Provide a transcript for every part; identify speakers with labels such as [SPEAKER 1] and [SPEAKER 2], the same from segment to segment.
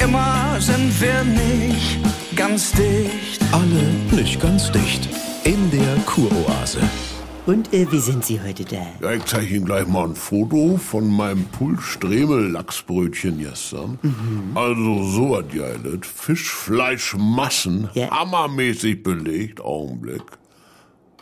[SPEAKER 1] Nur sind wir nicht ganz dicht.
[SPEAKER 2] Alle nicht ganz dicht. In der Kuroase.
[SPEAKER 3] Und äh, wie sind Sie heute da?
[SPEAKER 4] Ja, ich zeige Ihnen gleich mal ein Foto von meinem Pulstremel-Lachsbrötchen gestern. Also so was geilet. Fischfleischmassen,
[SPEAKER 3] Ja.
[SPEAKER 4] hammermäßig belegt. Augenblick.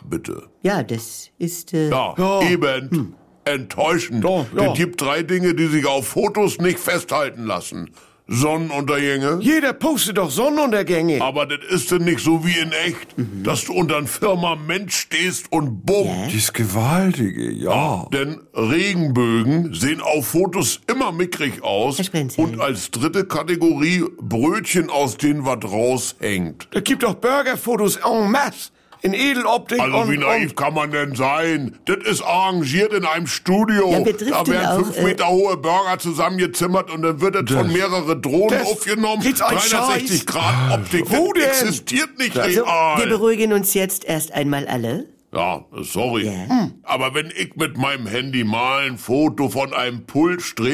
[SPEAKER 4] Bitte.
[SPEAKER 3] Ja, das ist. Äh,
[SPEAKER 4] Ja, eben. Enttäuschend.
[SPEAKER 5] ja.
[SPEAKER 4] Es gibt drei Dinge, die sich auf Fotos nicht festhalten lassen. Sonnenuntergänge.
[SPEAKER 5] Jeder postet doch Sonnenuntergänge.
[SPEAKER 4] Aber das ist denn nicht so wie in echt, dass du unter einem Firmament stehst und bumm.
[SPEAKER 6] Dies Gewaltige, ja.
[SPEAKER 4] Denn Regenbögen sehen auf Fotos immer mickrig aus.
[SPEAKER 3] Herr Sprenzel.
[SPEAKER 4] Und als dritte Kategorie Brötchen, aus denen was raushängt.
[SPEAKER 5] Es gibt doch Burgerfotos en masse. In Edeloptik
[SPEAKER 4] Also
[SPEAKER 5] und,
[SPEAKER 4] wie naiv
[SPEAKER 5] und
[SPEAKER 4] kann man denn sein? Das ist arrangiert in einem Studio.
[SPEAKER 3] Ja, betrifft
[SPEAKER 4] da
[SPEAKER 3] denn
[SPEAKER 4] werden
[SPEAKER 3] auch,
[SPEAKER 4] fünf
[SPEAKER 3] äh,
[SPEAKER 4] Meter hohe Burger zusammengezimmert und dann wird es von mehreren Drohnen
[SPEAKER 5] das-
[SPEAKER 4] aufgenommen.
[SPEAKER 5] geht's ein Scheiß?
[SPEAKER 4] 360 Grad Optik.
[SPEAKER 5] Wo
[SPEAKER 4] das
[SPEAKER 5] denn?
[SPEAKER 4] existiert nicht
[SPEAKER 3] so, wir
[SPEAKER 4] real.
[SPEAKER 3] beruhigen uns jetzt erst einmal alle.
[SPEAKER 4] Ja, sorry.
[SPEAKER 3] Ja.
[SPEAKER 4] Hm. Aber wenn ich mit meinem Handy mal ein Foto von einem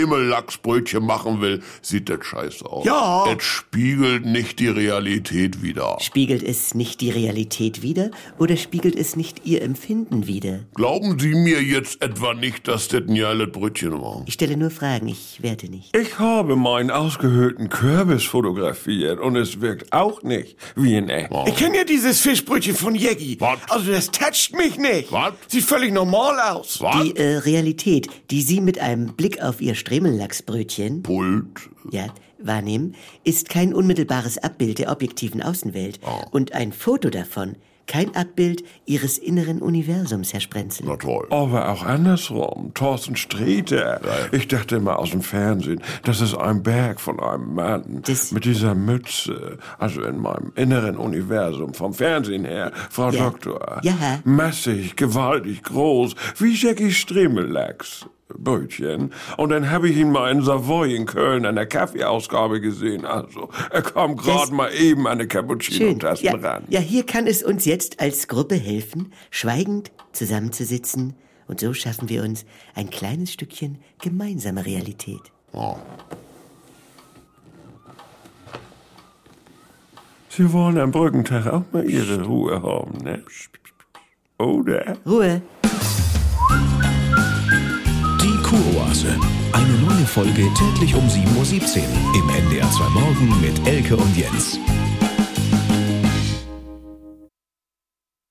[SPEAKER 4] Pullstremel-Lachsbrötchen machen will, sieht das scheiße aus.
[SPEAKER 5] Ja.
[SPEAKER 4] Es spiegelt nicht die Realität wider.
[SPEAKER 3] Spiegelt es nicht die Realität wider oder spiegelt es nicht Ihr Empfinden wider?
[SPEAKER 4] Glauben Sie mir jetzt etwa nicht, dass das ein geiles Brötchen war?
[SPEAKER 3] Ich stelle nur Fragen, ich werte nicht.
[SPEAKER 6] Ich habe meinen ausgehöhlten Kürbis fotografiert und es wirkt auch nicht wie in echt.
[SPEAKER 5] Ich kenne ja dieses Fischbrötchen von Jeggi.
[SPEAKER 4] Was?
[SPEAKER 5] Also das toucht mich nicht.
[SPEAKER 4] Was?
[SPEAKER 5] Sieht völlig normal aus.
[SPEAKER 4] Was?
[SPEAKER 3] Die äh, Realität, die Sie mit einem Blick auf Ihr Stremellachsbrötchen
[SPEAKER 4] Pult.
[SPEAKER 3] ja, wahrnehmen, ist kein unmittelbares Abbild der objektiven Außenwelt und ein Foto davon kein Abbild Ihres inneren Universums, Herr Sprenzel.
[SPEAKER 4] Na toll.
[SPEAKER 6] Aber auch andersrum. Thorsten Sträter. Ich dachte immer aus dem Fernsehen, das ist ein Berg von einem Mann
[SPEAKER 3] Das-
[SPEAKER 6] mit dieser Mütze. Also in meinem inneren Universum vom Fernsehen her, Frau
[SPEAKER 3] Ja.
[SPEAKER 6] Doktor.
[SPEAKER 3] Ja.
[SPEAKER 6] Massig, gewaltig, groß, wie Jackie Stremelachs. Brötchen. Und dann habe ich ihn mal in Savoy in Köln an der Kaffeeausgabe gesehen. Also, er kam
[SPEAKER 3] Das-
[SPEAKER 6] gerade mal eben an eine
[SPEAKER 3] Schön.
[SPEAKER 6] Cappuccino-Tasse
[SPEAKER 3] Ja,
[SPEAKER 6] ran.
[SPEAKER 3] ja, hier kann es uns jetzt als Gruppe helfen, schweigend zusammenzusitzen. Und so schaffen wir uns ein kleines Stückchen gemeinsame Realität.
[SPEAKER 6] Sie wollen am Brückentag auch mal Ihre Ruhe haben, ne? Oh, Oder?
[SPEAKER 3] Ruhe.
[SPEAKER 2] Die Kuroase. Eine neue Folge täglich um 7.17 Uhr im NDR 2 Morgen mit Elke und Jens.